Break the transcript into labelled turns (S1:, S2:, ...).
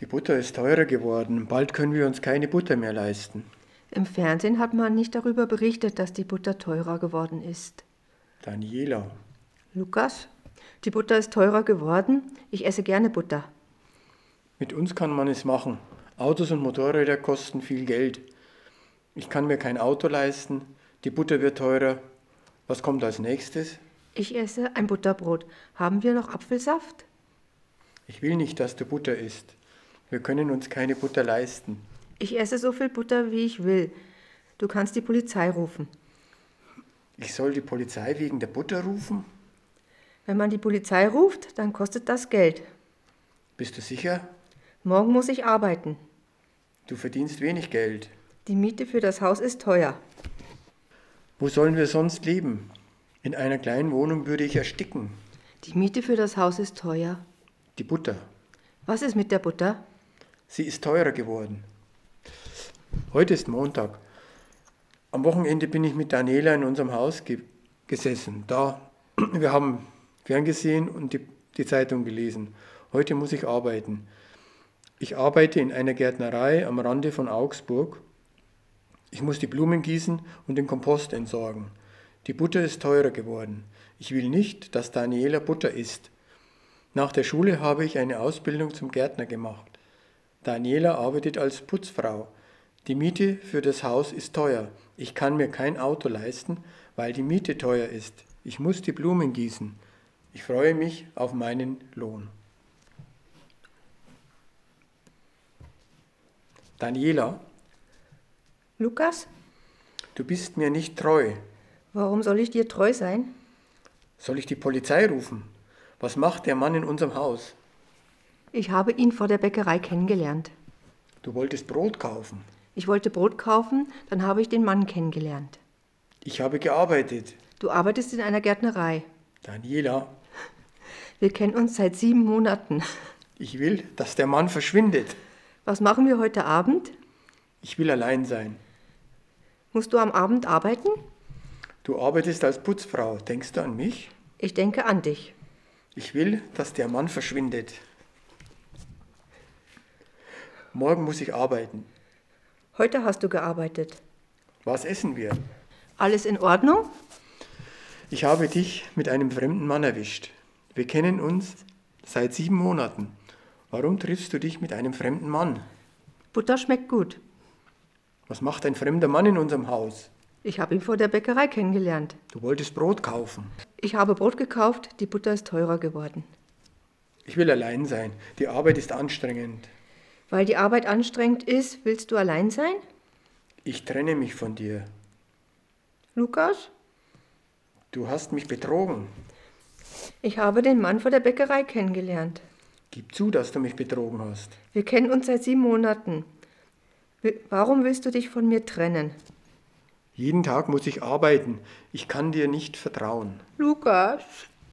S1: Die Butter ist teurer geworden. Bald können wir uns keine Butter mehr leisten.
S2: Im Fernsehen hat man nicht darüber berichtet, dass die Butter teurer geworden ist.
S1: Daniela,
S2: Lukas, die Butter ist teurer geworden. Ich esse gerne Butter.
S1: mit uns kann man es machen. Autos und Motorräder kosten viel Geld. Ich kann mir kein Auto leisten. Die Butter wird teurer. Was kommt als nächstes?
S2: Ich esse ein Butterbrot. Haben wir noch Apfelsaft?
S1: Ich will nicht, dass du Butter isst. Wir können uns keine Butter leisten.
S2: Ich esse so viel Butter, wie ich will. Du kannst die Polizei rufen.
S1: Ich soll die Polizei wegen der Butter rufen?
S2: Wenn man die Polizei ruft, dann kostet das Geld.
S1: Bist du sicher?
S2: Morgen muss ich arbeiten.
S1: Du verdienst wenig Geld.
S2: Die Miete für das Haus ist teuer.
S1: Wo sollen wir sonst leben? In einer kleinen Wohnung würde ich ersticken.
S2: Die Miete für das Haus ist teuer.
S1: Die Butter.
S2: Was ist mit der Butter?
S1: Sie ist teurer geworden. Heute ist Montag. Am Wochenende bin ich mit Daniela in unserem Haus ge gesessen. Da, wir haben ferngesehen und die, die Zeitung gelesen. Heute muss ich arbeiten. Ich arbeite in einer Gärtnerei am Rande von Augsburg. Ich muss die Blumen gießen und den Kompost entsorgen. Die Butter ist teurer geworden. Ich will nicht, dass Daniela Butter isst. Nach der Schule habe ich eine Ausbildung zum Gärtner gemacht. Daniela arbeitet als Putzfrau. Die Miete für das Haus ist teuer. Ich kann mir kein Auto leisten, weil die Miete teuer ist. Ich muss die Blumen gießen. Ich freue mich auf meinen Lohn. Daniela,
S2: Lukas,
S1: du bist mir nicht treu.
S2: warum soll ich dir treu sein?
S1: Soll ich die Polizei rufen? Was macht der Mann in unserem Haus?
S2: Ich habe ihn vor der Bäckerei kennengelernt.
S1: Du wolltest Brot kaufen.
S2: Ich wollte Brot kaufen, dann habe ich den Mann kennengelernt.
S1: Ich habe gearbeitet.
S2: Du arbeitest in einer Gärtnerei.
S1: Daniela,
S2: Wir kennen uns seit sieben Monaten.
S1: ich will, dass der Mann verschwindet.
S2: Was machen wir heute Abend?
S1: Ich will allein sein.
S2: Musst du am Abend arbeiten?
S1: Du arbeitest als Putzfrau. Denkst du an mich?
S2: Ich denke an dich.
S1: Ich will, dass der Mann verschwindet. Morgen muss ich arbeiten.
S2: Heute hast du gearbeitet.
S1: Was essen wir?
S2: Alles in Ordnung?
S1: Ich habe dich mit einem fremden Mann erwischt. Wir kennen uns seit sieben Monaten. Warum triffst du dich mit einem fremden Mann?
S2: Butter schmeckt gut.
S1: Was macht ein fremder Mann in unserem Haus?
S2: Ich habe ihn vor der Bäckerei kennengelernt.
S1: Du wolltest Brot kaufen.
S2: Ich habe Brot gekauft, die Butter ist teurer geworden.
S1: Ich will allein sein. Die Arbeit ist anstrengend.
S2: Weil die Arbeit anstrengend ist, willst du allein sein?
S1: Ich trenne mich von dir.
S2: Lukas?
S1: Du hast mich betrogen.
S2: Ich habe den Mann vor der Bäckerei kennengelernt.
S1: Gib zu, dass du mich betrogen hast.
S2: Wir kennen uns seit sieben Monaten. Wi- Warum willst du dich von mir trennen?
S1: Jeden Tag muss ich arbeiten. Ich kann dir nicht vertrauen.
S2: Lukas,